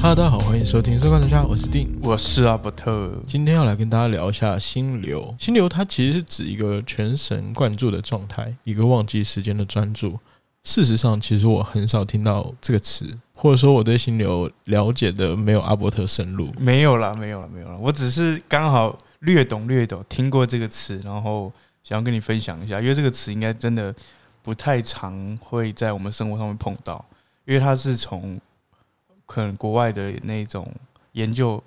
Hello，大家好，欢迎收听《收看之家》，我是丁。我是阿伯特，今天要来跟大家聊一下心流。心流它其实是指一个全神贯注的状态，一个忘记时间的专注。事实上，其实我很少听到这个词，或者说我对心流了解的没有阿伯特深入。没有啦，没有啦，没有啦，我只是刚好略懂略懂，听过这个词，然后想要跟你分享一下，因为这个词应该真的不太常会在我们生活上面碰到，因为它是从可能国外的那种研究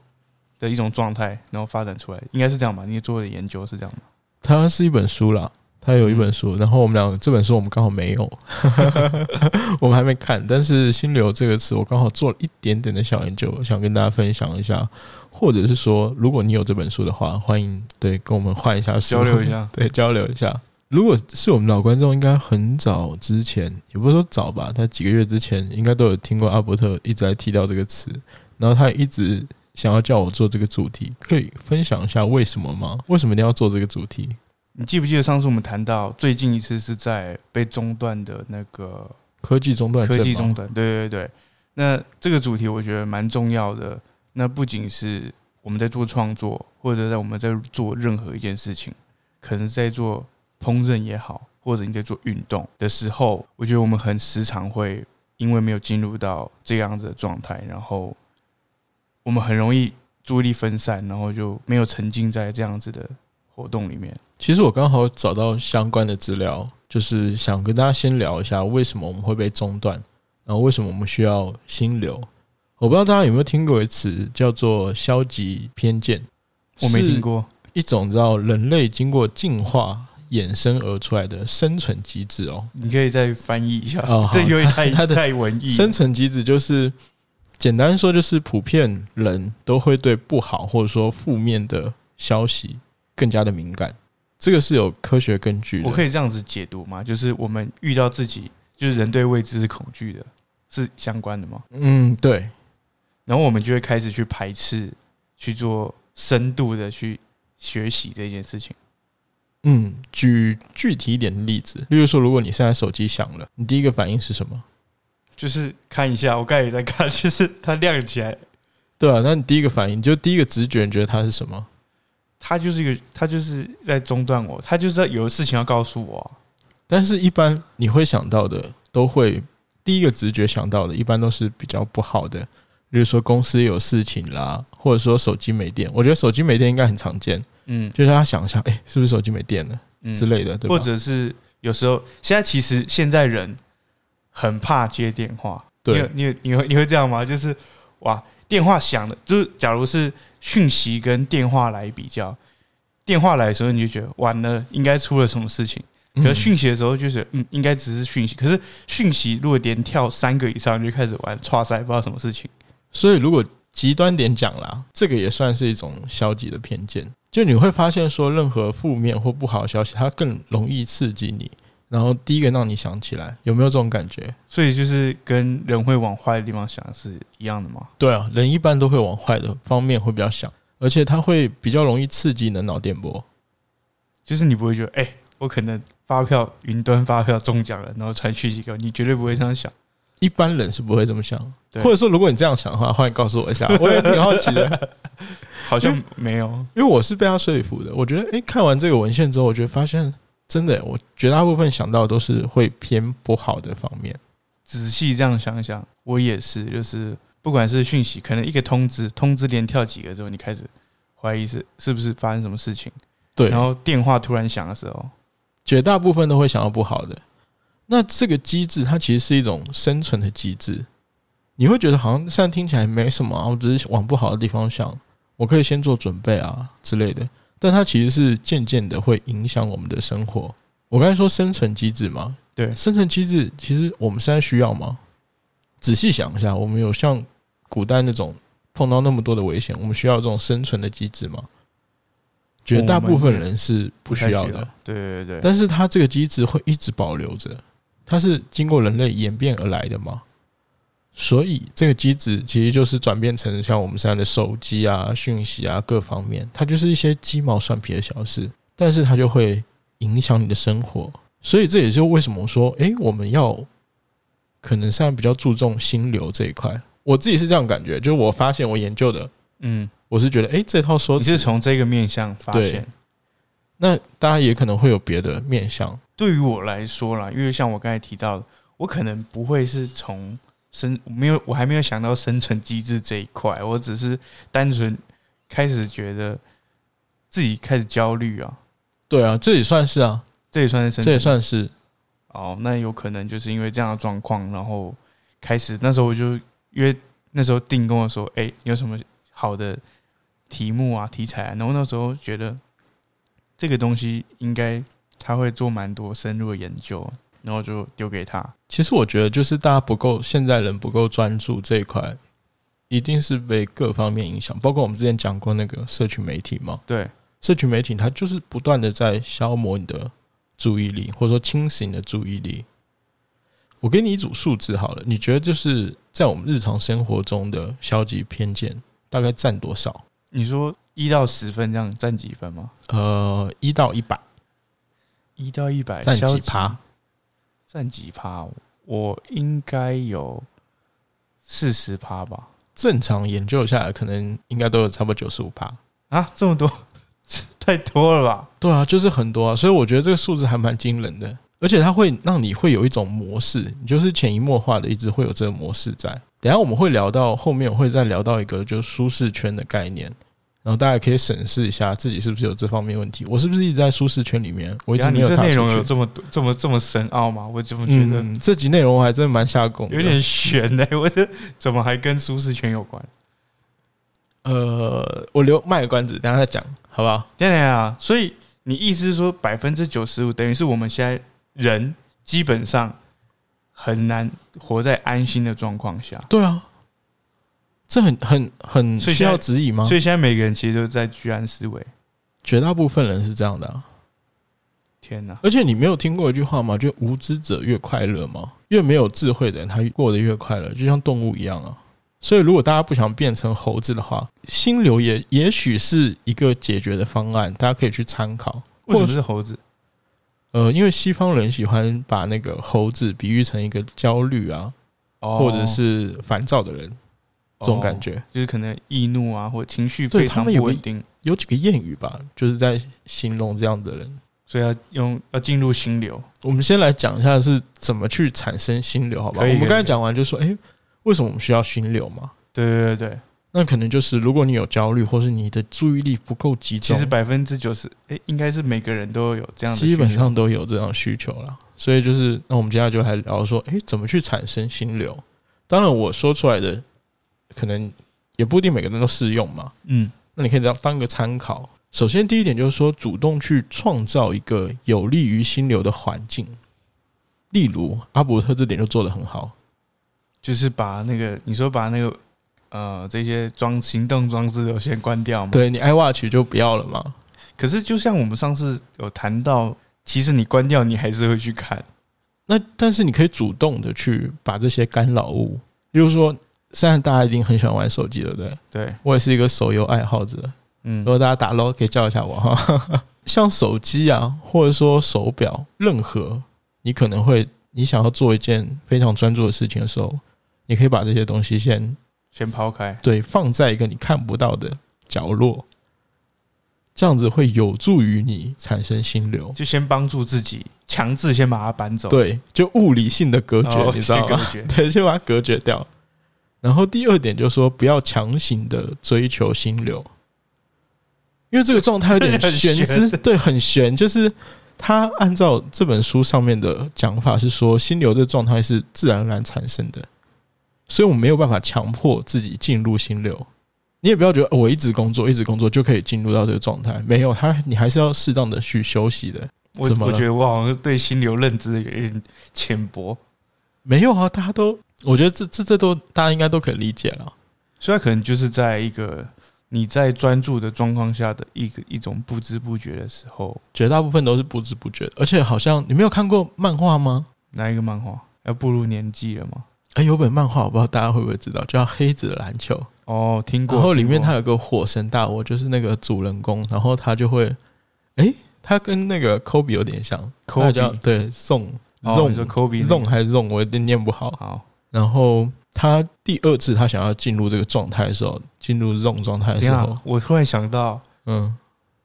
的一种状态，然后发展出来，应该是这样吧？你做的研究是这样吗？它是一本书啦，它有一本书，嗯然后我们两个这本书我们刚好没 有， 我们还没看。但是“心流”这个词，我刚好做了一点点的小研究，想跟大家分享一下，或者是说，如果你有这本书的话，欢迎对跟我们换一下书交流一，下， 对交流一下。如果是我们老观众，应该很早之前，也不是说早吧，他几个月之前应该都有听过阿伯特一直在提到这个词，然后他也一直想要叫我做这个主题，可以分享一下为什么吗？为什么一定要做这个主题？你记不记得上次我们谈到最近一次是在被中断的那个科技中断症吗，科技中短，对对对。那这个主题我觉得蛮重要的。那不仅是我们在做创作，或者在我们在做任何一件事情，可能在做烹饪也好，或者你在做运动的时候，我觉得我们很时常会因为没有进入到这样子的状态，然后我们很容易注意力分散，然后就没有沉浸在这样子的活动里面。其实我刚好找到相关的资料，就是想跟大家先聊一下为什么我们会被中断，然后为什么我们需要心流。我不知道大家有没有听过一词叫做消极偏见，我没听是过，一种叫人类经过进化衍生而出来的生存机制哦。你可以再翻译一下， 哦好这有 点太它的太文艺了。生存机制就是简单说，就是普遍人都会对不好或者说负面的消息更加的敏感，这个是有科学根据的。我可以这样子解读吗？就是我们遇到自己，就是人对未知是恐惧的，是相关的吗？嗯，对，然后我们就会开始去排斥，去做深度的去学习这件事情。嗯，举具体一点的例子，例如说，如果你现在手机响了，你第一个反应是什么？就是看一下，我刚才也在看， 就是它亮起来，对啊，那你第一个反应就第一个直觉，你觉得它是什么？它就是一个，它就是在中断我，它就是在有事情要告诉我啊、但是，一般你会想到的，都会第一个直觉想到的，一般都是比较不好的，例如说公司有事情啦，或者说手机没电。我觉得手机没电应该很常见，嗯就是他想一下，哎、是不是手机没电了嗯之类的，对吧？或者是有时候，现在其实现在人很怕接电话，你有对，你有你会你会这样吗？就是哇，电话响的，就是假如是讯息跟电话来比较，电话来的时候你就觉得完了，应该出了什么事情。可是讯息的时候就是嗯，应该只是讯息。可是讯息如果连跳三个以上，就开始玩叉塞，不知道什么事情。所以，如果极端点讲啦，这个也算是一种消极的偏见。就你会发现，说任何负面或不好的消息，它更容易刺激你，然后第一个让你想起来，有没有这种感觉？所以就是跟人会往坏的地方想是一样的嘛。对啊，人一般都会往坏的方面会比较想，而且它会比较容易刺激你的脑电波。就是你不会觉得哎、我可能发票云端发票中奖了，然后传讯息给我，你绝对不会这样想。一般人是不会这么想，对或者说，如果你这样想的话，欢迎告诉我一 下，我也挺好奇的。好像没有，因为我是被他说服的。我觉得，诶，看完这个文献之后，我觉得发现真的，我绝大部分想到的都是会偏不好的方面。仔细这样想想，我也是，就是不管是讯息，可能一个通知，通知连跳几个之后，你开始怀疑是是不是发生什么事情，对，然后电话突然响的时候，绝大部分都会想到不好的。那这个机制，它其实是一种生存的机制。你会觉得好像现在听起来没什么啊，我只是往不好的地方想，我可以先做准备啊之类的。但它其实是渐渐的会影响我们的生活。我刚才说生存机制嘛，对生存机制其实我们现在需要吗？仔细想一下，我们有像古代那种碰到那么多的危险，我们需要这种生存的机制吗？绝大部分人是不需要不太的。对对对对，但是它这个机制会一直保留着，它是经过人类演变而来的嘛，所以这个机制其实就是转变成像我们现在的手机啊、讯息啊各方面，它就是一些鸡毛蒜皮的小事，但是它就会影响你的生活，所以这也是为什么说，诶，我们要可能现在比较注重心流这一块，我自己是这样感觉，就是我发现我研究的，嗯，我是觉得，哎、这套说你辞是，从这个面向发对现。那大家也可能会有别的面向，对于我来说啦，因为像我刚才提到的，我可能不会是从生没有，我还没有想到生存机制这一块，我只是单纯开始觉得自己开始焦虑啊，对啊，这也算是啊，这也算是生存，这也算是，哦，那有可能就是因为这样的状况，然后开始那时候我就因为那时候定跟我说，哎、你有什么好的题目啊、题材啊？然后那时候觉得这个东西应该他会做蛮多深入的研究，然后就丢给他。其实我觉得就是大家不够，现在人不够专注这一块，一定是被各方面影响，包括我们之前讲过那个社群媒体嘛，对，社群媒体它就是不断的在消磨你的注意力，或者说清醒的注意力。我给你一组数字好了，你觉得就是在我们日常生活中的消极偏见大概占多少？你说一到十分这样占几分吗？呃，一到一百一到一百占消几极趴？占几趴？哦我应该有四十趴吧？正常研究下来，可能应该都有差不多九十五趴。啊，这么多， 太多了吧？对啊，就是很多啊，所以我觉得这个数字还蛮惊人的，而且它会让你会有一种模式，你就是潜移默化的一直会有这个模式在。等一下我们会聊到后面，我会再聊到一个就是舒适圈的概念，然后大家可以审视一下自己是不是有这方面问题，我是不是一直在舒适圈里面，我一然直后没有啊你这踏内容有出去。这么多、这么这么深奥吗？我怎么觉得嗯，这集内容我还真蛮下功的，有点悬呢、 我这怎么还跟舒适圈有关？呃，我留卖个关子，等一下再讲，好不好？对啊，所以你意思是说百分之九十五等于是我们现在人基本上很难活在安心的状况下，对啊，这很很很所以需现在要质疑吗？所以现在每个人其实都在居安思危。绝大部分人是这样的、啊。天哪，而且你没有听过一句话吗？就无知者越快乐吗？越没有智慧的人，他过得越快乐，就像动物一样啊。所以，如果大家不想变成猴子的话，心流也也许是一个解决的方案，大家可以去参考。为什或么者是猴子？呃，因为西方人喜欢把那个猴子比喻成一个焦虑啊，哦或者是烦躁的人这种感，哦觉。就是可能易怒啊，或情绪对非常他们有不个稳定，有几个谚语吧，就是在形容这样的人。所以要用要进入心流。我们先来讲一下是怎么去产生心流，好吧？可以我们可以刚才讲完就说，诶，为什么我们需要心流嘛？对对对对，那可能就是如果你有焦虑，或是你的注意力不够集其中实，百分之九十，哎，应该是每个人都有这样的需求。基本上都有这样的需求啦。所以就是，那我们接下来就来聊说，诶，怎么去产生心流？当然，我说出来的可能也不一定每个人都适用嘛。嗯，那你可以当当个参考。首先，第一点就是说，主动去创造一个有利于心流的环境。例如，阿伯特这点就做得很好。就是把那个你说把那个呃这些装行动装置都先关掉嘛。。对你 iWatch 就不要了嘛。可是就像我们上次有谈到，其实你关掉，你还是会去看。那但是你可以主动的去把这些干扰物，例如说，现在大家一定很喜欢玩手机，对不对？对，我也是一个手游爱好者，嗯如，果大家打 LO 可以叫一下我哈。 像手机啊，或者说手表，任何你可能会你想要做一件非常专注的事情的时候，你可以把这些东西先先抛开。对放在一个你看不到的角落，这样子会有助于你产生心流。就先帮助自己，强制先把它搬走，对，就物理性的隔哦，绝，你知道吗先？隔绝 对，先把它隔绝掉。然后第二点就是说，不要强行的追求心流，因为这个状态有点这个很玄之，对，很玄。就是他按照这本书上面的讲法是说，心流这状态是自然而然产生的，所以我们没有办法强迫自己进入心流。你也不要觉得、哦我一直工作，一直工作就可以进入到这个状态，没有他，它你还是要适当的去休息的。我 怎么我了觉得我好像对心流认知有点浅薄，没有啊，大家都，我觉得这这这都大家应该都可以理解了。所以它可能就是在一个你在专注的状况下的一个一种不知不觉的时候，绝大部分都是不知不觉的，而且好像你没有看过漫画吗？哪一个漫画要步入年纪了吗？哎、有本漫画我不知道大家会不会知道，叫《黑子的篮球》，哦，听过。然后里听面过它有个火神大我，就是那个主人公，然后他就会，哎、他跟那个科比有点像， Kobe 他叫对宋哦，你宋说 Kobe 那个宋还是宋，我有点念不好。好，然后他第二次他想要进入这个状态的时候，进入这种状态的等一时下候，，我突然想到，《嗯，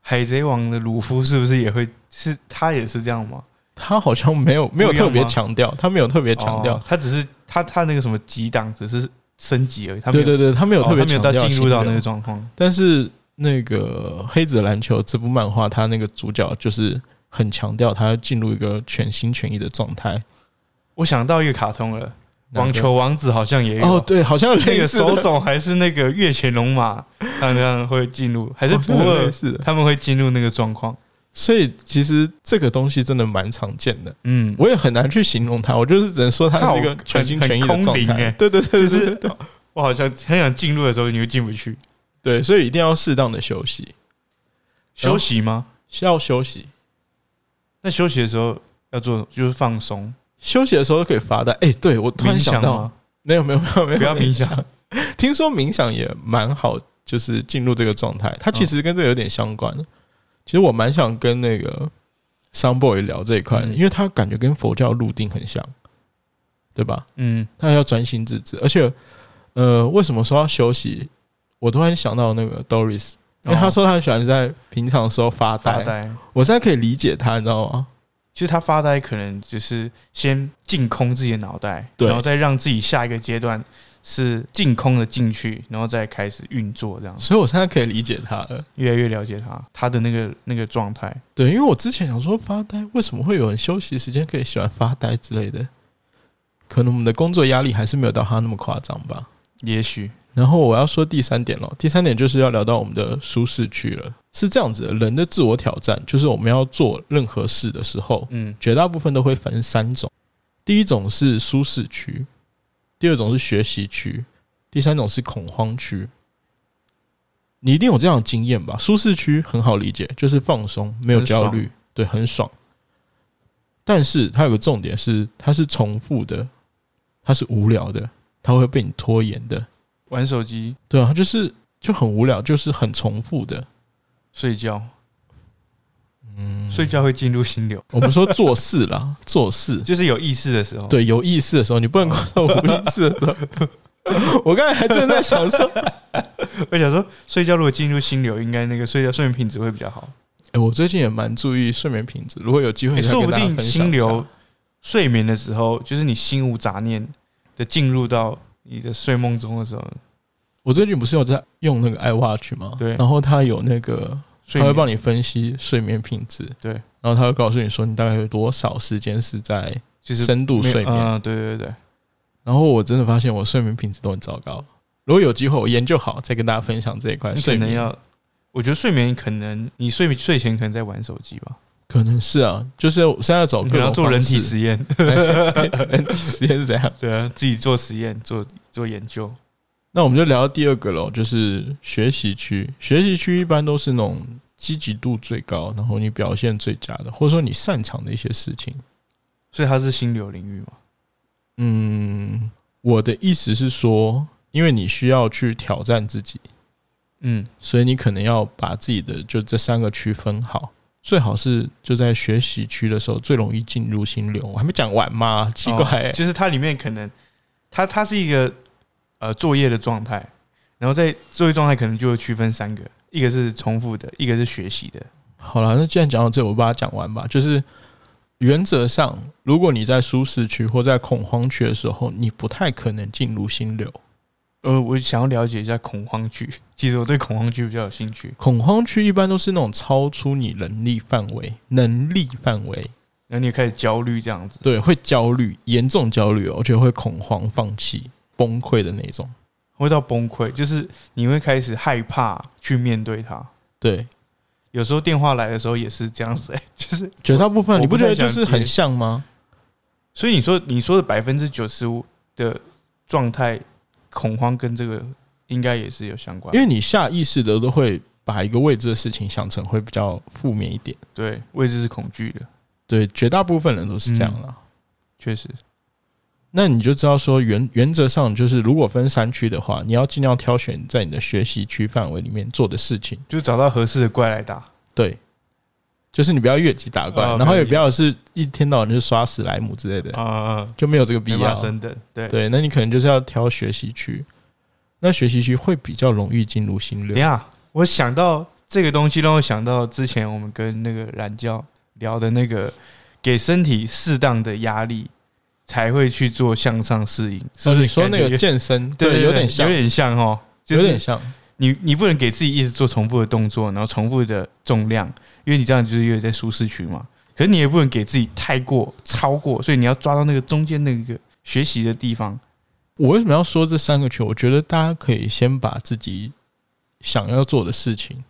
海贼王》的鲁夫是不是也会是他也是这样吗？他好像没有没有不一样特别吗强调，他没有特别强调哦，他只是他他那个什么激荡只是升级而已，他没对有对对，他没有哦特别他没有强到调进性入到格那个状况。但是那个《黑子的篮球》这部漫画，它那个主角就是很强调他要进入一个全心全意的状态。我想到一个卡通了，《哪网个球王子》好像也有哦，对，好像有那类个似的手冢还是那个月前龙马，他们会进入，还是好不像有类二，似的。他们会进入那个状况。所以其实这个东西真的蛮常见的，嗯，我也很难去形容它。我就是只能说它是一个它好全心全意的很状空灵态欸。对对对就对对是对我好像很想进入的时候，你又进不哦去，对，所以一定要适当的休息，休息吗？要休息。那休息的时候要做就是放松，休息的时候都可以发呆。哎、对我突冥然想想到吗，？没有没有没有没有，不要冥想。 听说冥想也蛮好，就是进入这个状态。它其嗯实跟这个有点相关。其实我蛮想跟那个 Sun Boy 聊这一块的，嗯因为他感觉跟佛教入定很像，对吧？嗯，他要专心致志，而且呃，为什么说要休息？我突然想到那个 Doris，因为他说他很喜欢在平常的时候发呆，哦发呆，我现在可以理解他，你知道吗？其实他发呆可能就是先净空自己的脑袋，对然后再让自己下一个阶段是净空的进去，然后再开始运作，这样所以我现在可以理解他了。越来越了解他他的那个那个状态。对，因为我之前想说发呆，为什么会有人休息时间可以喜欢发呆之类的？可能我们的工作压力还是没有到他那么夸张吧。也许然后我要说第三点咯，第三点就是要聊到我们的舒适区了。是这样子的，人的自我挑战就是我们要做任何事的时候，嗯，绝大部分都会分三种：第一种是舒适区，第二种是学习区，第三种是恐慌区。你一定有这样的经验吧？舒适区很好理解，就是放松，没有焦虑，对，很爽。但是它有个重点是，它是重复的，它是无聊的，它会被你拖延的，玩手机、对啊，它就是就很无聊，就是很重复的。睡觉，嗯，睡觉会进入心流，我们说做事啦， 做事就是有意识的时候。，对，有意识的时候，你不能光说无意识的时 候。我刚才还正在想 说，哎、我想说，睡觉如果进入心流，应该那个睡觉睡眠品质会比较好。哎我最近也蛮注意睡眠品质，如果有嗯机会，欸再说跟不大家定分享一下心流睡眠的时候，就是你心无杂念的进入到你的睡梦中的时候，我最近不是有在用那个 iWatch 吗？对然后它有那个，睡它会眠帮你分析睡眠品质，对，然后它会告诉你说你大概有多少时间是在就是深度没有睡眠。嗯，对对对，然后我真的发现我睡眠品质都很糟糕。如果有机会，我研究好再跟大家分享这一块你可睡能眠。要，我觉得睡眠可能你睡睡前可能在玩手机吧，可能是啊，就是我现在走你各可种能要做人体方式实验， 人体实验是怎样？对啊，自己做实验，做做研究，那我们就聊到第二个喽，就是学习区。学习区一般都是那种积极度最高，然后你表现最佳的，或者说你擅长的一些事情。所以它是心流领域嘛，嗯，我的意思是说，因为你需要去挑战自己，嗯，所以你可能要把自己的就这三个区分好，最好是就在学习区的时候最容易进入心流。我还没讲完嘛，奇怪、哦就是它里面可能它它是一个呃作业的状态，然后在作业状态可能就会区分三个，一个是重复的，一个是学习的。好了，那既然讲到这，我把它讲完吧。就是原则上，如果你在舒适区或在恐慌区的时候，你不太可能进入心流。呃，我想要了解一下恐慌剧。 其实我对恐慌剧比较有兴趣，恐慌区一般都是那种超出你能力范围、能力范围，然后你也开始焦虑这样子。对，会焦虑，严重焦虑哦，而且会恐慌、放弃、崩溃的那种。会到崩溃，就是你会开始害怕去面对它。对，有时候电话来的时候也是这样子、欸， 就是绝大部分我你不觉得就我不太是想接很像吗？所以你说你说的百分之九十五的状态恐慌跟这个应该也是有相关因，为你下意识的都会把一个未知的事情想成会比较负面一点。对未知是恐惧的，对，绝大部分人都是这样嗯啦。确实那你就知道说原原则上就是，如果分三区的话，你要尽量挑选在你的学习区范围里面做的事情。就找到合适的怪来打。对，就是你不要越级打怪，哦然后也没问题不要是一天到晚就刷史莱姆之类的，啊，就没有这个必没办要法。升等，对。对，那你可能就是要挑学习区，那学习区会比较容易进入心等流一。下，我想到这个东西，让我想到之前我们跟那个懒教聊的那个，给身体适当的压力才会去做向上适应，是哦，不是？你说那 个健身，对对，对有点像有，点像哦，就有点是像。你你不能给自己一直做重复的动作，然后重复的重量，因为你这样就是越在舒适区嘛。可是你也不能给自己太过超过，所以你要抓到那个中间那个学习的地方。我为什么要说这三个球？我觉得大家可以先把自己想要做的事情，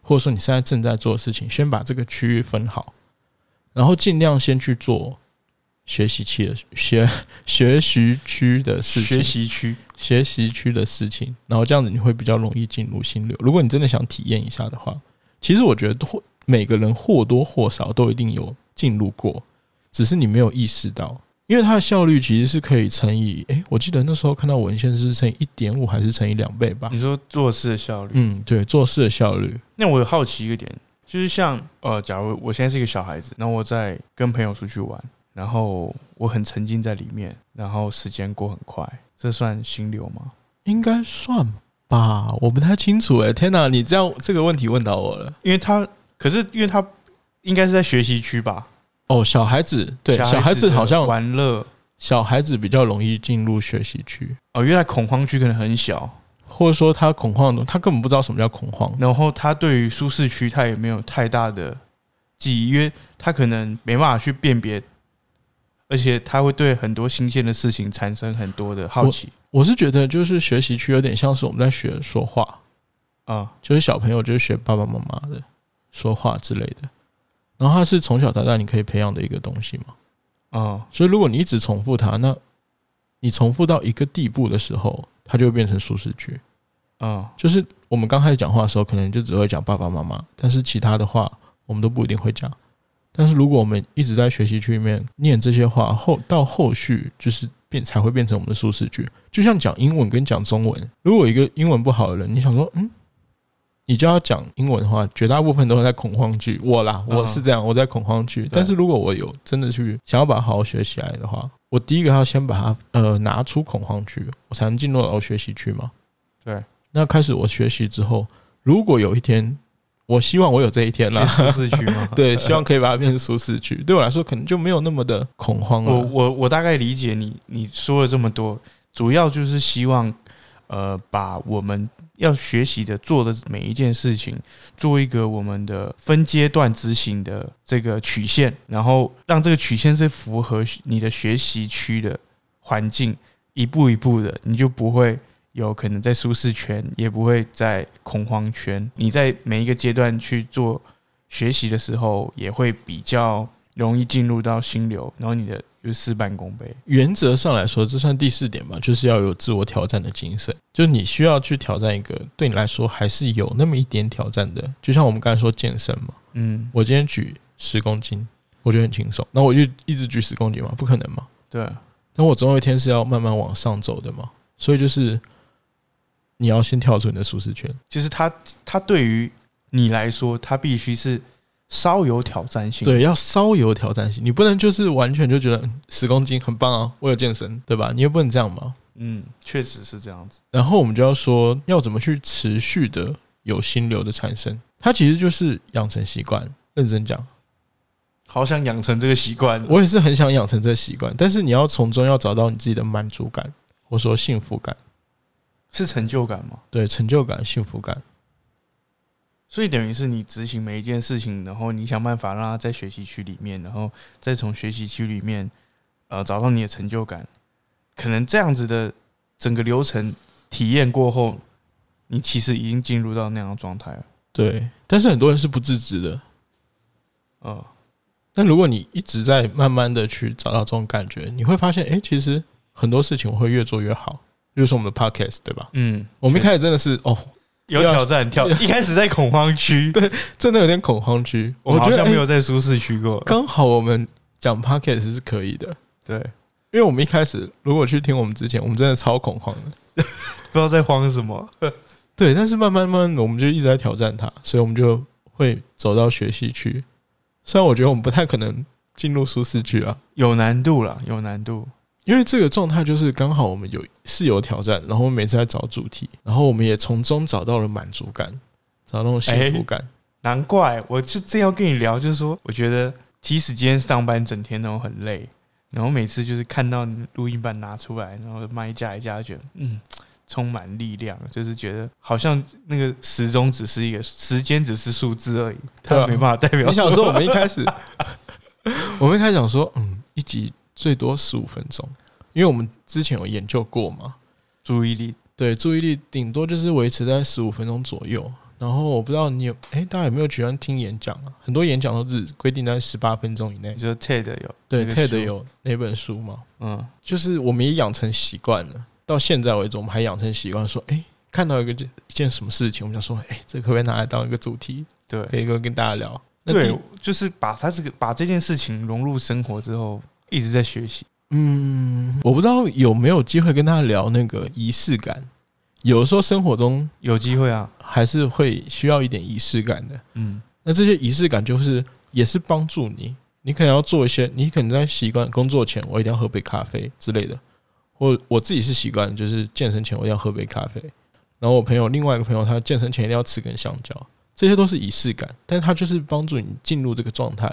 或者说你现在正在做的事情，先把这个区域分好，然后尽量先去做学习期的学学习区的事情，学习区，学习区的事情，然后这样子你会比较容易进入心流。如果你真的想体验一下的话，其实我觉得或每个人或多或少都一定有进入过，只是你没有意识到，因为它的效率其实是可以乘以，诶、我记得那时候看到文献是乘以一点五还是乘以两倍吧？你说做事的效率，嗯，对，做事的效率，那我有好奇一个点，就是像呃，假如我现在是一个小孩子，那我在跟朋友出去玩，然后我很沉浸在里面，然后时间过很快，这算心流吗？应该算吧？我不太清楚、诶，天哪，你这样这个问题问到我了。因为他，可是因为他应该是在学习区吧？哦，小孩子，对，小孩子的好像玩乐小孩子比较容易进入学习区。哦，因为他恐慌区可能很小，或者说他恐慌的，他根本不知道什么叫恐慌。然后他对于舒适区他也没有太大的记忆，因为他可能没办法去辨别。而且他会对很多新鲜的事情产生很多的好奇我是觉得，就是学习区有点像是我们在学说话，啊、就是小朋友就是学爸爸妈妈的说话之类的。然后它是从小到大你可以培养的一个东西嘛。嗯，所以如果你一直重复它，那你重复到一个地步的时候，它就会变成舒适区。嗯， 就是我们刚开始讲话的时候，可能就只会讲爸爸妈妈，但是其他的话我们都不一定会讲。但是如果我们一直在学习区里面念这些话，后到后续就是变才会变成我们的舒适区。就像讲英文跟讲中文，如果有一个英文不好的人，你想说嗯，你就要讲英文的话，绝大部分都会在恐慌区。我啦，嗯我是这样，我在恐慌区。但是如果我有真的去想要把它好好学起来的话，我第一个要先把它呃拿出恐慌区，我才能进入到学习区嘛。对，那开始我学习之后，如果有一天，我希望我有这一天啦，舒适区吗？ 对，希望可以把它变成舒适区。对我来说，可能就没有那么的恐慌啊我了。我我大概理解你，你说了这么多，主要就是希望，呃，把我们要学习的做的每一件事情，做一个我们的分阶段执行的这个曲线，然后让这个曲线是符合你的学习区的环境，一步一步的，你就不会。有可能在舒适圈，也不会在恐慌圈。你在每一个阶段去做学习的时候，也会比较容易进入到心流，然后你的就是事半功倍。原则上来说，这算第四点吧，就是要有自我挑战的精神。就是你需要去挑战一个对你来说还是有那么一点挑战的，就像我们刚才说健身嘛，嗯，我今天举十公斤，我觉得很轻松，那我就一直举十公斤嘛，不可能嘛。对，但我总有一天是要慢慢往上走的嘛，所以就是你要先跳出你的舒适圈。就是它，它对于你来说，它必须是稍有挑战性。，对，要稍有挑战性，你不能就是完全就觉得嗯十公斤很棒啊，我有健身，对吧？你也不能这样嘛。嗯，确实是这样子。然后我们就要说，要怎么去持续的有心流的产生，它其实就是养成习惯。认真讲，好想养成这个习惯。我也是很想养成这习惯，但是你要从中要找到你自己的满足感，或者说幸福感，是成就感吗？对，成就感、幸福感。所以等于是你执行每一件事情，然后你想办法让它在学习区里面，然后再从学习区里面，呃，找到你的成就感。可能这样子的整个流程体验过后，你其实已经进入到那样的状态了。对，但是很多人是不自知的，嗯、但如果你一直在慢慢的去找到这种感觉，你会发现，哎、其实很多事情我会越做越好。比如说我们的 podcast，对吧？嗯，我们一开始真的是哦，有挑战， 挑一开始在恐慌区，真的有点恐慌区。我觉好得像没有诶在舒适区过。刚、好我们讲 podcast 是可以的，对，不因为我们一开始如果去听我们之前，我们真的超恐慌的。知道在慌什么。对，但是慢慢慢慢，我们就一直在挑战它，所以我们就会走到学习区，虽然我觉得我们不太可能进入舒适区啊，有难度啦，有难度。因为这个状态就是刚好我们有是有挑战，然后我们每次在找主题，然后我们也从中找到了满足感，找到那种幸福感。难怪我就正要跟你聊，就是说，我觉得即使今天上班整天都很累，然后每次就是看到你录音板拿出来，然后卖一架一架，觉得嗯，充满力量，就是觉得好像那个时钟只是一个时间，只是数字而已，它对啊没办法代表。你想说我们一开 始，我们一开始想说，嗯，一集最多十五分钟，因为我们之前有研究过嘛，注意力，对，注意力顶多就是维持在十五分钟左右。然后我不知道你有，哎、大家有没有喜欢听演讲啊？很多演讲都是规定在十八分钟以内你。说 TED 有对那个，TED 书有那本书嘛？嗯，就是我们也养成习惯了，到现在为止，我们还养成习惯说，哎、看到一个一件什么事情，我们想说，哎、这可不可以拿来当一个主题，对可以跟跟大家聊？那对第，就是把它这个把这件事情融入生活之后，一直在学习。嗯，我不知道有没有机会跟他聊那个仪式感。有的时候生活中有机会啊，还是会需要一点仪式感的。嗯，那这些仪式感就是也是帮助你，你可能要做一些，你可能在习惯工作前，我一定要喝杯咖啡之类的。我我自己是习惯，就是健身前我一定要喝杯咖啡。然后我朋友另外一个朋友，他健身前一定要吃根香蕉，这些都是仪式感，但是它就是帮助你进入这个状态。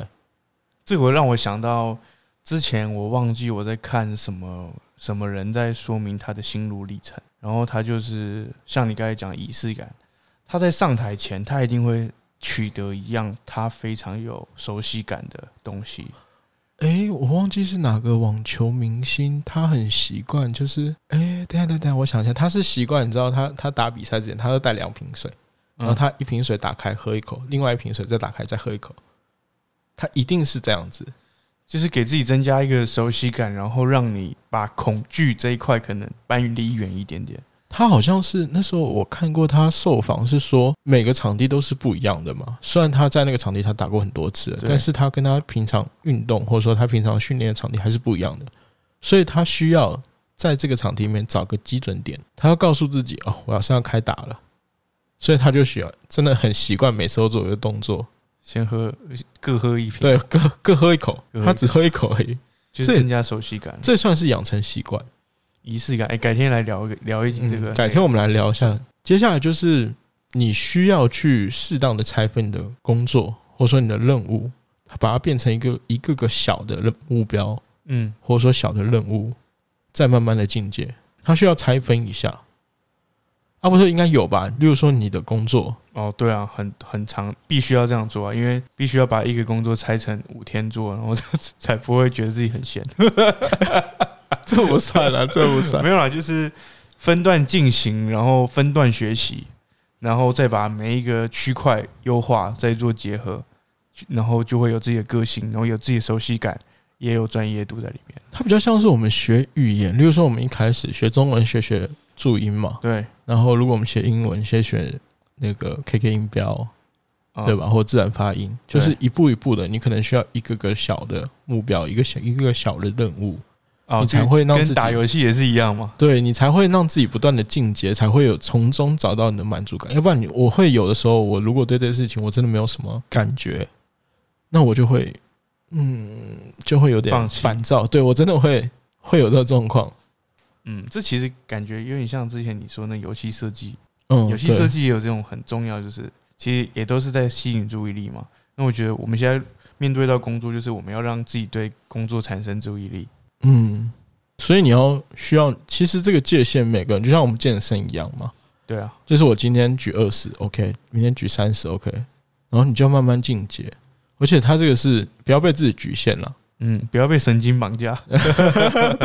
这个让我想到之前我忘记我在看什么什么人在说明他的心路历程，然后他就是像你刚才讲仪式感，他在上台前他一定会取得一样他非常有熟悉感的东西，诶，哎我忘记是哪个网球明星，他很习惯，就是诶，等一下等一下等一下，我想一下，他是习惯，你知道他他打比赛之前，他都带两瓶水。嗯然后他一瓶水打开喝一口，另外一瓶水再打开再喝一口，他一定是这样子。就是给自己增加一个熟悉感，然后让你把恐惧这一块可能搬离远一点点。他好像是那时候我看过他受访是说每个场地都是不一样的嘛，虽然他在那个场地他打过很多次了，对但是他跟他平常运动或者说他平常训练的场地还是不一样的，所以他需要在这个场地里面找个基准点，他要告诉自己哦，我要是要开打了，所以他就需要真的很习惯每次都做一个动作，先喝各喝一瓶，对，各各喝一口各喝一，口他只喝一口而已，就是增加熟悉感、这算是养成习惯。仪式感。哎、改天来聊一个聊一集这个。嗯改天我们来聊一下。接下来就是你需要去适当的拆分你的工作，或者说你的任务，把它变成一个一个个小的任目标，嗯，或者说小的任务，再慢慢的进阶。它需要拆分一下。阿不是应该有吧？例如说你的工作，哦，对啊，很很长，必须要这样做啊，因为必须要把一个工作拆成五天做，然后才不会觉得自己 很闲。 这不算啊，这不算。没有啦，就是分段进行，然后分段学习，然后再把每一个区块优化，再做结合，然后就会有自己的个性，然后有自己的熟悉感，也有专业度在里面。它比较像是我们学语言，例如说我们一开始学中文学学注音嘛，对，然后如果我们学英文，先学那个 KK 音标，啊对？吧？或自然发音，就是对一步一步的，你可能需要一个个小的目标，一个小一个个小的任务，哦，你才就会让自跟己打游戏也是一样嘛。对你才会让自己不断的进阶，才会有从中找到你的满足感。要不然你我会有的时候，我如果对这个事情我真的没有什么感觉，那我就会嗯，就会有点放弃烦躁。对我真的会会有这个状况。嗯，这其实感觉有点像之前你说那游戏设计，嗯，游戏设对计也有这种很重要，就是其实也都是在吸引注意力嘛。那我觉得我们现在面对到工作，就是我们要让自己对工作产生注意力。嗯，所以你要需要，其实这个界限每个人就像我们健身一样嘛，对啊，就是我今天举二十，OK，明天举三十，OK，然后你就要慢慢进阶。而且它这个是不要被自己局限了。嗯，不要被神经绑架，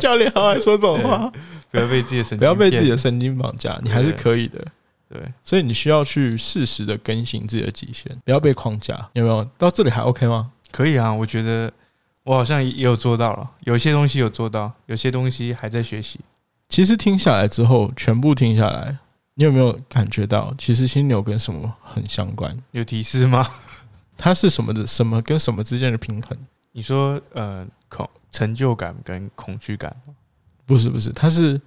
教练好爱说这种话，不要被自己的神经，不要被自己的。神经绑架，你还是可以的。对，所以你需要去适时的更新自己的极限，不要被框架。有没有？到这里还 OK 吗？可以啊，我觉得我好像也有做到了，有些东西有做到，有些东西还在学习。其实听下来之后，全部听下来，你有没有感觉到，其实心流跟什么很相关？有提示吗？ 它是什么的什么跟什么之间的平衡？你说呃，恐成就感跟恐惧感，不是不是，它是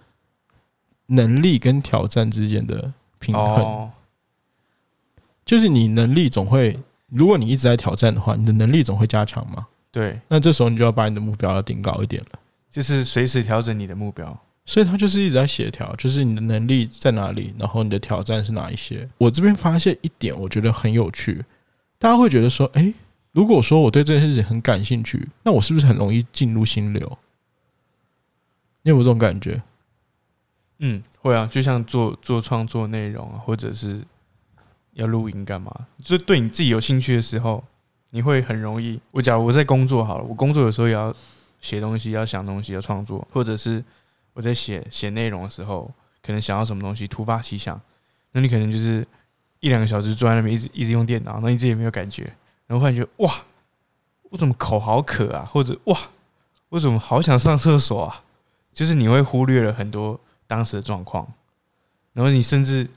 能力跟挑战之间的平衡。哦，就是你能力总会，如果你一直在挑战的话，你的能力总会加强嘛。对，那这时候你就要把你的目标要定高一点了。就是随时调整你的目标。所以他就是一直在协调，就是你的能力在哪里，然后你的挑战是哪一些。我这边发现一点，我觉得很有趣，大家会觉得说，诶，如果说我对这件事情很感兴趣，那我是不是很容易进入心流？你有没有这种感觉？嗯，会啊，就像做做创作内容啊，或者是要录音干嘛，就是对你自己有兴趣的时候，你会很容易。我假如我在工作好了，我工作有时候也要写东西，要想东西，要创作，或者是我在写写内容的时候，可能想要什么东西，突发奇想，那你可能就是一两个小时坐在那边，一直一直用电脑，那你自己也没有感觉，然后忽然觉得哇，我怎么口好渴啊，或者哇，我怎么好想上厕所啊，就是你会忽略了很多。当时的状况，然后你甚至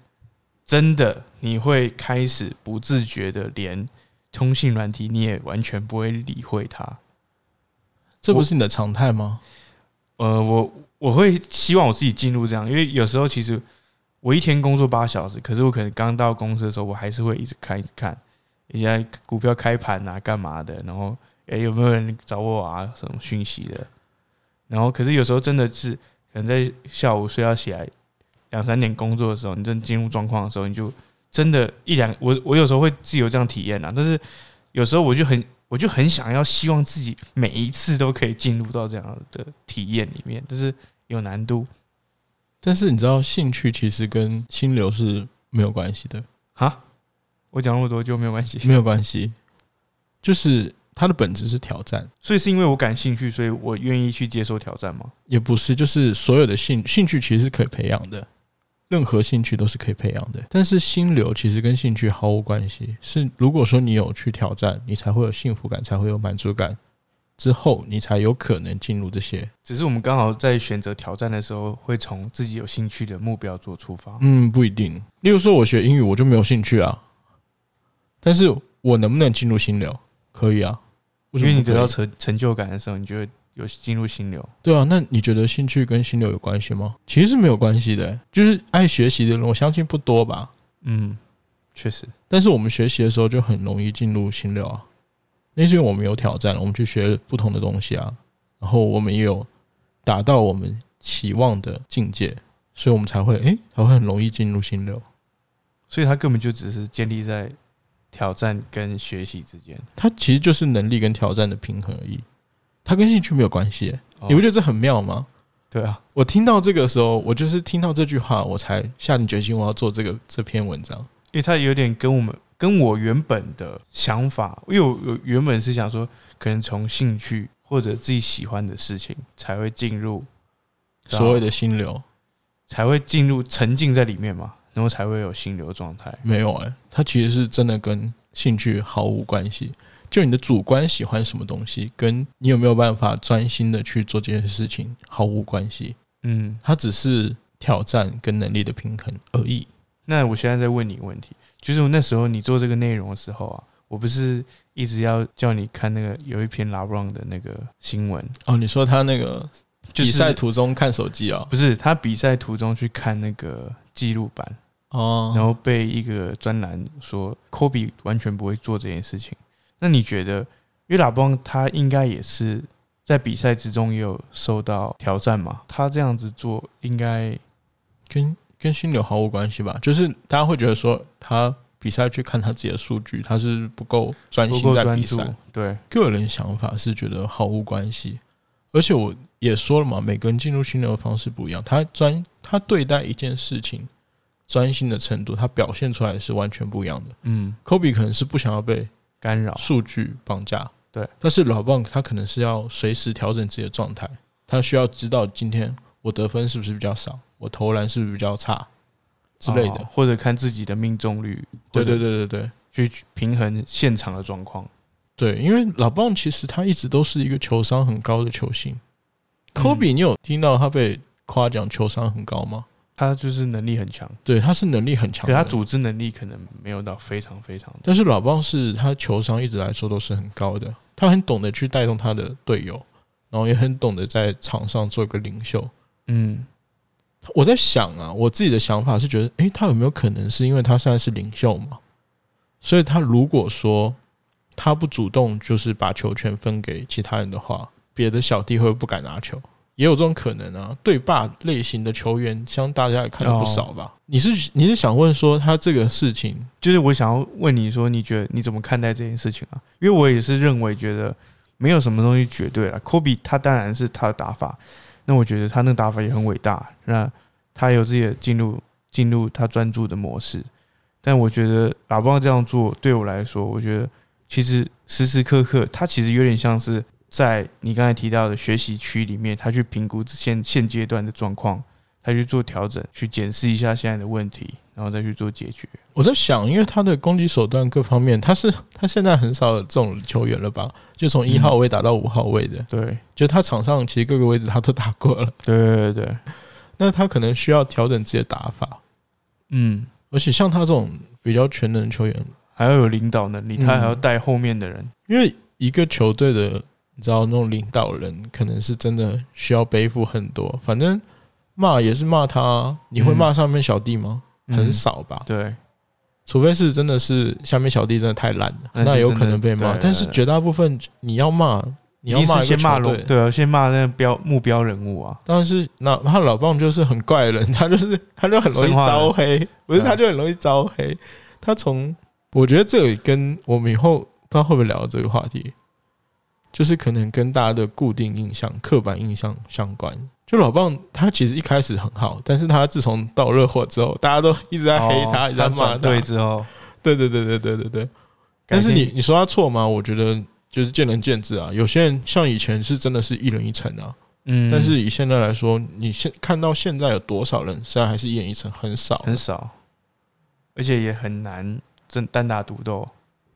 真的你会开始不自觉的连通信软体你也完全不会理会它。这不是你的常态吗？呃，我我会希望我自己进入这样，因为有时候其实我一天工作八小时，可是我可能刚到公司的时候，我还是会一直看一直看，人家股票开盘啊，干嘛的，然后诶、有没有人找我啊，什么讯息的，然后可是有时候真的是可能在下午睡觉起来两三点工作的时候，你真进入状况的时候，你就真的一两我我有时候会自由这样体验啊，但是有时候我就很我就很想要希望自己每一次都可以进入到这样的体验里面，但是有难度但是你知道，兴趣其实跟心流是没有关系的，哈。我讲那么多就没有关系，没有关系，就是它的本质是挑战。所以是因为我感兴趣，所以我愿意去接受挑战吗？也不是，就是所有的兴兴趣其实是可以培养的，任何兴趣都是可以培养的。但是心流其实跟兴趣毫无关系，是如果说你有去挑战，你才会有幸福感，才会有满足感，之后你才有可能进入这些。只是我们刚好在选择挑战的时候，会从自己有兴趣的目标做出发。嗯，不一定。例如说，我学英语我就没有兴趣啊，但是我能不能进入心流？可以啊，为因什么为你不可得以到成成就感的时候，你就会有进入心流。对啊，那你觉得兴趣跟心流有关系吗？其实是没有关系的、就是爱学习的人，我相信不多吧。嗯，确实，但是我们学习的时候就很容易进入心流啊，那是因为我们有挑战，我们去学不同的东西啊，然后我们也有达到我们期望的境界，所以我们才会诶、才会很容易进入心流。所以它根本就只是建立在挑战跟学习之间。它其实就是能力跟挑战的平衡而已，它跟兴趣没有关系、你不觉得？得这很妙吗？对啊，我听到这个时候，我就是听到这句话，我才下定决心我要做这个这篇文章。因为它有点跟我们跟我原本的想法，因为我我原本是想说，可能从兴趣或者自己喜欢的事情才会进入啊所谓的心流才会进入沉浸在里面嘛，然后才会有心流状态。没有哎、它其实是真的跟兴趣毫无关系。就你的主观喜欢什么东西，跟你有没有办法专心的去做这件事情毫无关系。嗯，它只是挑战跟能力的平衡而已。那我现在在问你问题，就是我那时候你做这个内容的时候啊，我不是一直要叫你看那个有一篇拉布朗的那个新闻，哦，你说他那个就比是赛途中看手机啊、不是他比赛途中去看那个记录版，哦？然后被一个专栏说科比完全不会做这件事情。那你觉得，因为拉布朗他应该也是在比赛之中也有受到挑战嘛？他这样子做应该跟跟心流毫无关系吧？就是大家会觉得说他比赛去看他自己的数据，他是不够专不心够在专比注赛。，对，个人想法是觉得毫无关系，而且我也说了嘛，每个人进入心流的方式不一样，他专他对待一件事情专心的程度，他表现出来是完全不一样的。嗯，科比可能是不想要被干扰，数据绑架，对，但是老棒他可能是要随时调整自己的状态，他需要知道今天我得分是不是比较少，我投篮是不是比较差之类的哦。或者看自己的命中率，对对对对，对对去平衡现场的状况。对，因为老棒其实他一直都是一个球商很高的球星。科比，你有听到他被夸奖球商很高吗？他就是能力很强，对，他是能力很强可的他人，组织能力可能没有到非常非常的，但是老棒是他球商一直来说都是很高的，他很懂得去带动他的队友，然后也很懂得在场上做一个领袖。嗯，我在想啊，我自己的想法是觉得，诶，他有没有可能是因为他现在是领袖嘛？所以他如果说他不主动就是把球权分给其他人的话，别的小弟会不敢拿球，也有这种可能啊。对霸类型的球员，相信大家也看了不少吧？你是你是想问说他这个事情，就是我想要问你说，你觉得你怎么看待这件事情啊？因为我也是认为，觉得没有什么东西绝对了。科比他当然是他的打法，那我觉得他那个打法也很伟大，那他有自己的进入进入他专注的模式。但我觉得老邦这样做对我来说，我觉得其实时时刻刻他其实有点像是在你刚才提到的学习区里面，他去评估现现阶段的状况，他去做调整，去检视一下现在的问题，然后再去做解决。我在想，因为他的攻击手段各方面，他是他现在很少有这种球员了吧？就从一号位打到五号位的，对。就他场上其实各个位置他都打过了，对对对，那他可能需要调整自己的打法，嗯，而且像他这种比较全能球员，还要有领导能力，嗯他还要带后面的人。因为一个球队的，你知道那种领导人，可能是真的需要背负很多。反正骂也是骂他啊，你会骂上面小弟吗？嗯很少吧，对，除非是真的是下面小弟真的太烂了，那就那有可能被真的骂。对但是绝大部分你要骂，你要一定骂是一个先骂球龙队，，对啊，先骂那个标目标人物啊。但是那他老棒就是很怪的人， 他就是他就很容易神话人招黑，不是嗯他就很容易招黑。他从我觉得这也跟我们以后不知道会不会聊这个话题，就是可能跟大家的固定印象、刻板印象相关。就老棒他其实一开始很好，但是他自从到热火之后，大家都一直在黑哦他，一直在骂转他队。之后，对对对对对对对。但是你你说他错吗？我觉得就是见仁见智啊。有些人像以前是真的是一人一城啊，嗯，但是以现在来说，你现看到现在有多少人现在还是一人一城，很少。很少，而且也很难真单打独斗。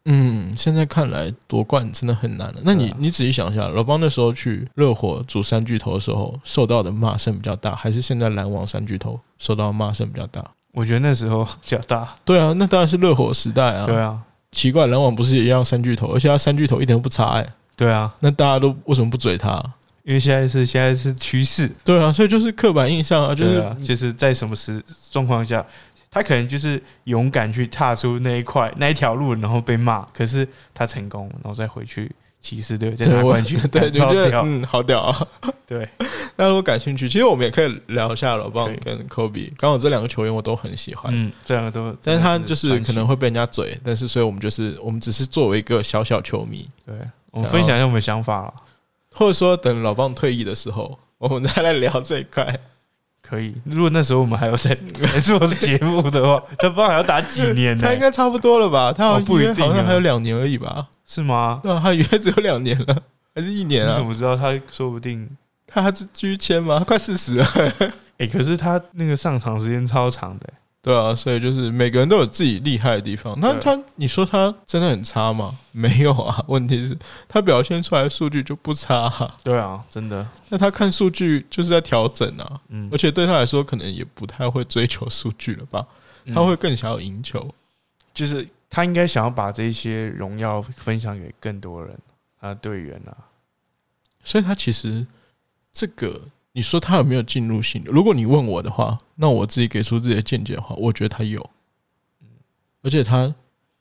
嗯，现在看来夺冠真的很难了。那你、对啊你仔细想一下，老邦那时候去热火组三巨头的时候，受到的骂声比较大，还是现在篮网三巨头受到的骂声比较大？我觉得那时候 比较大，对啊，那当然是热火时代啊。对啊，奇怪，篮网不是也要三巨头，而且他三巨头一点都不差哎、对啊，那大家都为什么不嘴他？因为现在是现在是趋势，对啊，所以就是刻板印象啊，就对是、啊，就是在什么时状况下，他可能就是勇敢去踏出那一块那一条路，然后被骂，可是他成功，然后再回去骑士队再拿我，冠军 对，你超觉得屌，嗯，好屌啊！对，那如果感兴趣，其实我们也可以聊一下老棒可以跟科比。刚好这两个球员我都很喜欢，嗯，这两个都，但是他就是可能会会被人家嘴，但是所以我们就是我们只是作为一个小小球迷，对，我们分享一下我们的想法啦，或者说等老棒退役的时候，我们再来聊这一块。可以。如果那时候我们还有在 来做节目的话，他不知道还要打几年呢 他应？该差不多了吧？他好哦不像一约定啊好像还有两年而已吧？是吗？对啊，他约只有两年了，还是一年你啊？怎么知道他说不定？他还是继续签吗？他快四十了。哎，可是他那个上场时间超长的，对啊，所以就是每个人都有自己厉害的地方。那对他，你说他真的很差吗？ 没有啊，问题是他表现出来的数据就不差、啊。 对啊，真的，那他看数据就是在调整啊，嗯而，且对他来说可能也不太会追求数据了吧？他嗯会更想要赢球。就是他应该想要把这些荣耀分享给更多人啊，队员啊，所以他其实这个，你说他有没有进入性？如果你问我的话，那我自己给出自己的见解的话，我觉得他有。而且他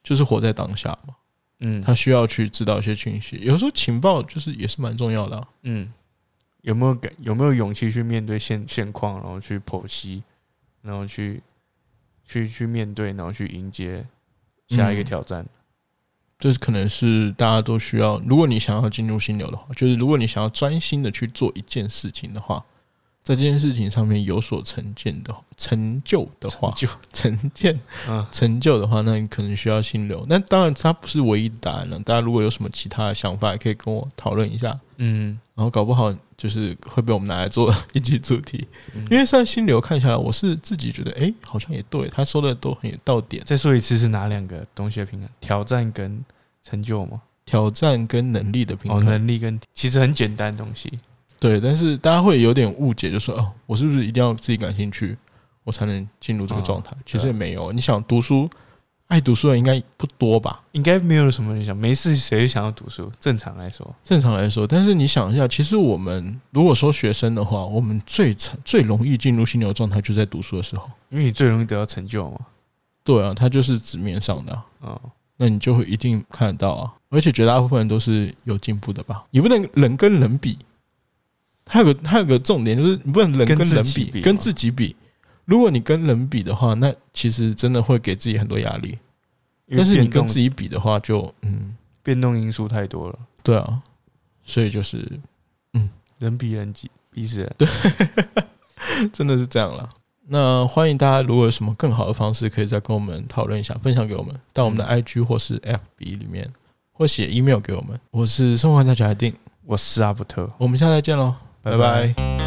就是活在当下嘛。嗯他需要去知道一些讯息。有时候情报就是也是蛮重要的、啊。嗯，有没有感有没有勇气去面对现现况，然后去剖析，然后去去去面对，然后去迎接下一个嗯挑战？这可能是大家都需要。如果你想要进入心流的话，就是如果你想要专心的去做一件事情的话，在这件事情上面有所成见的成就的话，就成见嗯成就的话，那你可能需要心流。那当然，它不是唯一的答案了。大家如果有什么其他的想法，也可以跟我讨论一下。嗯然后搞不好就是会被我们拿来做一集主题，嗯因为现在心流看下来，我是自己觉得，哎、好像也对，他说的都很有到点，再说一次是哪两个东西的平衡？挑战跟成就吗？挑战跟能力的平哦，衡，能力跟其实很简单的东西。对，但是大家会有点误解，就说哦，我是不是一定要自己感兴趣，我才能进入这个状态？啊其实也没有，你想读书，爱读书的人应该不多吧？应该没有什么人想，没事谁想要读书？正常来说，正常来说，但是你想一下，其实我们如果说学生的话，我们最常最容易进入心流状态就在读书的时候。因为你最容易得到成就嘛。对啊，它就是纸面上的啊、哦，那你就会一定看得到啊。而且绝大部分人都是有进步的吧？你不能人跟人比，还有个还有个重点就是你不能人跟跟自人己比比，吗跟自己比。如果你跟人比的话，那其实真的会给自己很多压力。因为但是你变动跟自己比的话就，嗯，变动因素太多了，对啊，所以就是 人比人急，逼死人。真的是这样了。那欢迎大家，如果有什么更好的方式，可以再跟我们讨论一下，分享给我们，到嗯我们的 IG 或是 FB 里面，或写 email 给我们。我是生活观察小海定，我是阿伯特，我们下次再见喽，拜拜